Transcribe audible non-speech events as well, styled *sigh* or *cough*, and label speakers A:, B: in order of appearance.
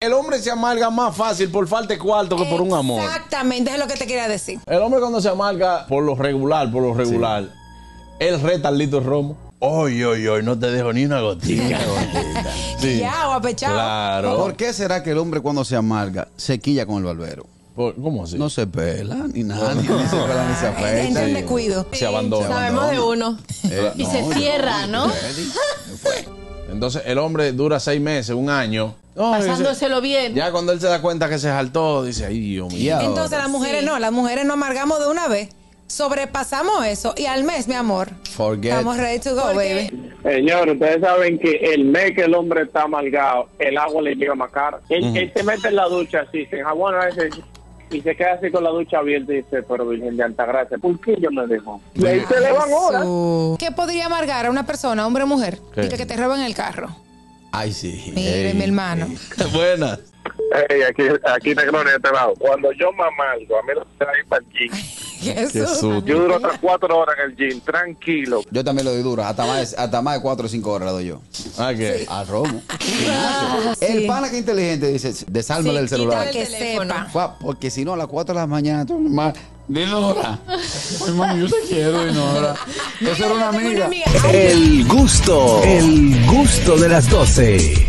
A: El hombre se amarga más fácil por falta de cuarto que por un amor.
B: Exactamente, es lo que te quería decir.
A: El hombre cuando se amarga por lo regular, por lo regular, él reta al litro de romo.
C: Hoy, hoy, hoy, no te dejo ni una gotita.
A: Sí.
B: Ya, o apechado.
A: Claro.
C: ¿Por qué será que el hombre cuando se amarga se quilla con el barbero?
A: *laughs* Por- ¿Cómo así?
C: No se pela ni nada, ni se pela ni se
B: Ay,
C: afeita.
B: Gente en
C: Sí.
B: descuido.
A: se abandona.
D: Sabemos de uno.
C: Eh,
E: Y
C: no,
E: se
C: yo-
E: cierra, ¿no?
A: Entonces el hombre dura seis meses, un año. No, dice-
E: Pasándoselo bien.
A: Ya cuando él se da cuenta que se saltó, dice, ay Dios mío.
C: Y ahora,
B: Entonces las mujeres no, las mujeres no amargamos de una vez. Sobrepasamos eso y al mes, mi amor,
C: forget.
B: estamos ready to go,
D: Porque-
B: baby.
F: Señor, ustedes saben que el mes que el hombre está amargado, el agua le llega más cara. Él, él se mete en la ducha así, se enjabona a veces y se queda así con la ducha abierta y dice, pero Virgen de Altagracia, ¿por qué yo me dejo? Y ahí se le van horas.
B: ¿Qué podría amargar a una persona, hombre o mujer?
A: ¿Qué?
B: Dije que te roban el carro.
C: Ay, sí.
B: Mire,
C: Ey,
B: mi hermano.
C: *laughs*
A: Buenas.
F: Ey, aquí, aquí te creo en este lado. Cuando yo me amargo, a mí lo trae para el gym.
A: Qué
B: *laughs* Jesús.
A: susto.
F: Yo duro otras cuatro horas en el gym, tranquilo.
C: Yo también lo doy dura, hasta más, hasta más de 4 o 5 horas lo doy yo.
A: Ah, ¿qué?
C: A romo. El pana que es inteligente dice, desármale
D: Sí,
C: el celular.
B: Que
D: El teléfono.
B: sepa.
C: Fua, porque si no, a las 4 de la mañana, tú nomás, de Nora. Ay, mami, yo te quiero, de Nora. Eso era una amiga.
D: amiga.
G: El gusto, el gusto de las doce.